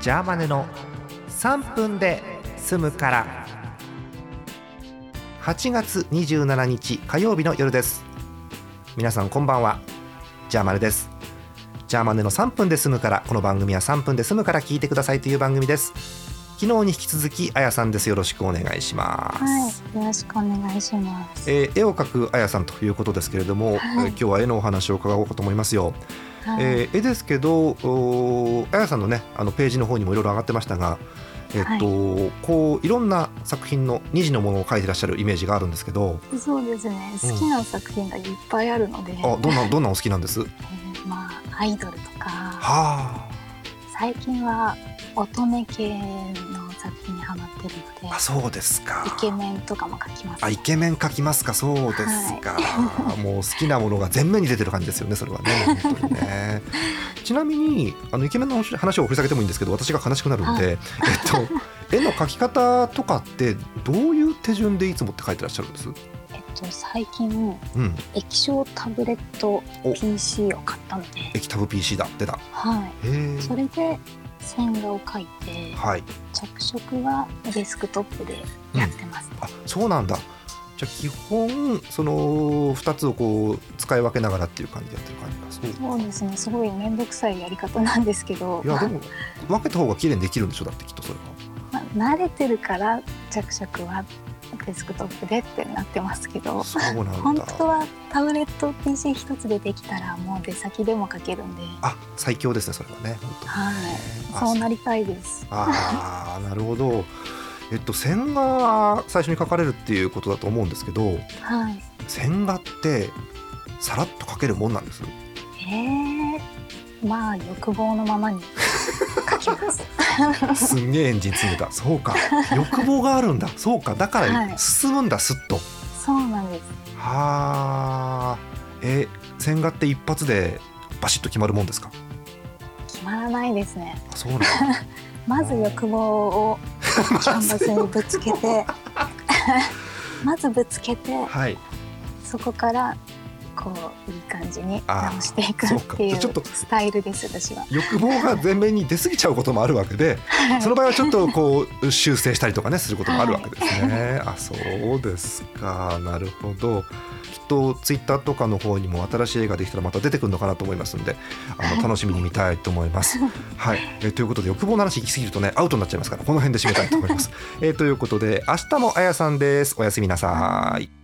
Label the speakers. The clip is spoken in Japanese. Speaker 1: ジャーマネの3分で済むから8月27日火曜日の夜です皆さんこんばんはジャーマネですジャーマネの3分で済むからこの番組は3分で済むから聞いてくださいという番組です昨日に引き続きあやさんですよろしくお願いします
Speaker 2: はい、よろしくお願いします。
Speaker 1: えー絵を描くあやさんということですけれども、
Speaker 2: はい
Speaker 1: えー今日は絵のお話を伺おうかと思いますよ、
Speaker 2: はい
Speaker 1: えー絵ですけどおーあやさんのねあのページの方にもいろいろ上がってましたがえっと、こういろんな作品の二次のものを描いてらっしゃるイメージがあるんですけど、
Speaker 2: そうですね。
Speaker 1: うん
Speaker 2: 好きな作品がいっぱいあるので、
Speaker 1: あどんなどんなお好きなん です？は
Speaker 2: えーまあアイドルとか、
Speaker 1: あ、
Speaker 2: 最近は乙女系の作品にハマってるので、
Speaker 1: あそうですか。
Speaker 2: イケメンとかも描きます。
Speaker 1: あイケメン描きますかそうですか、もう好きなものが全面に出てる感じですよねそれはね本当に ねちなみにあのイケメンの話を掘り下げてもいいんですけど私が悲しくなるんで、えっ と絵の描き方とかってどういう手順でいつもって書いてらっしゃるんです
Speaker 2: えっと最近
Speaker 1: うん
Speaker 2: 液晶タブレット
Speaker 1: お
Speaker 2: PC を買ったので、
Speaker 1: 液タブ PC だ出た
Speaker 2: は
Speaker 1: へ
Speaker 2: い。そ
Speaker 1: ー
Speaker 2: れで線画を描いて、
Speaker 1: はい
Speaker 2: 着色はデスクトップでやってます。
Speaker 1: あそうなんだじゃあ基本その2つをこう使い分けながらっていう感じでやってる感じがそう
Speaker 2: そうですね。すごい面倒くさいやり方なんですけど、
Speaker 1: いやでも分けた方が綺麗にできるんでしょだってきっとそれは。
Speaker 2: まあ慣れてるから着色はデスクトップでってなってますけど
Speaker 1: そうなんだ
Speaker 2: 本当はタブレット PC 一つでできたらもう出先でも書けるんで、
Speaker 1: あ最強ですねそれはね。本当に
Speaker 2: はい、
Speaker 1: あ
Speaker 2: そうなりたいです。
Speaker 1: あーなるほど。えっと線画最初に描かれるっていうことだと思うんですけど
Speaker 2: はい、
Speaker 1: 線画ってさらっと描けるもんなんです
Speaker 2: えー、まあ欲望のままに書き ます。
Speaker 1: すんげえエンジン詰めたそうか欲望があるんだそうかだか
Speaker 2: は
Speaker 1: ら
Speaker 2: い
Speaker 1: 進むんだすっと
Speaker 2: そうなんです。
Speaker 1: はあえ線画って一発でバシッと決まるもんですか
Speaker 2: 決まらないですね。
Speaker 1: あそうなん だ
Speaker 2: まず欲望 をキャンバスにぶつけて、 まずぶつけて、
Speaker 1: はい
Speaker 2: そこからこういい感じに直していく
Speaker 1: あーそ
Speaker 2: ってい
Speaker 1: うかじゃあちょっ
Speaker 2: う
Speaker 1: と
Speaker 2: スタイルです私は。
Speaker 1: 欲望が前面に出過ぎちゃうこともあるわけでその場合はちょっとこう修正したりとかねすることもあるわけですね。あそうですかなるほどきっとツイッターとかの方にも新しい映画できたらまた出てくるのかなと思いますんであの楽しみに見たいと思います。はい、えーということで欲望の話行き過ぎるとねアウトになっ ちゃいますからこの辺で締めたいと思います。えーということで明日もあやさんですおやすみなさい。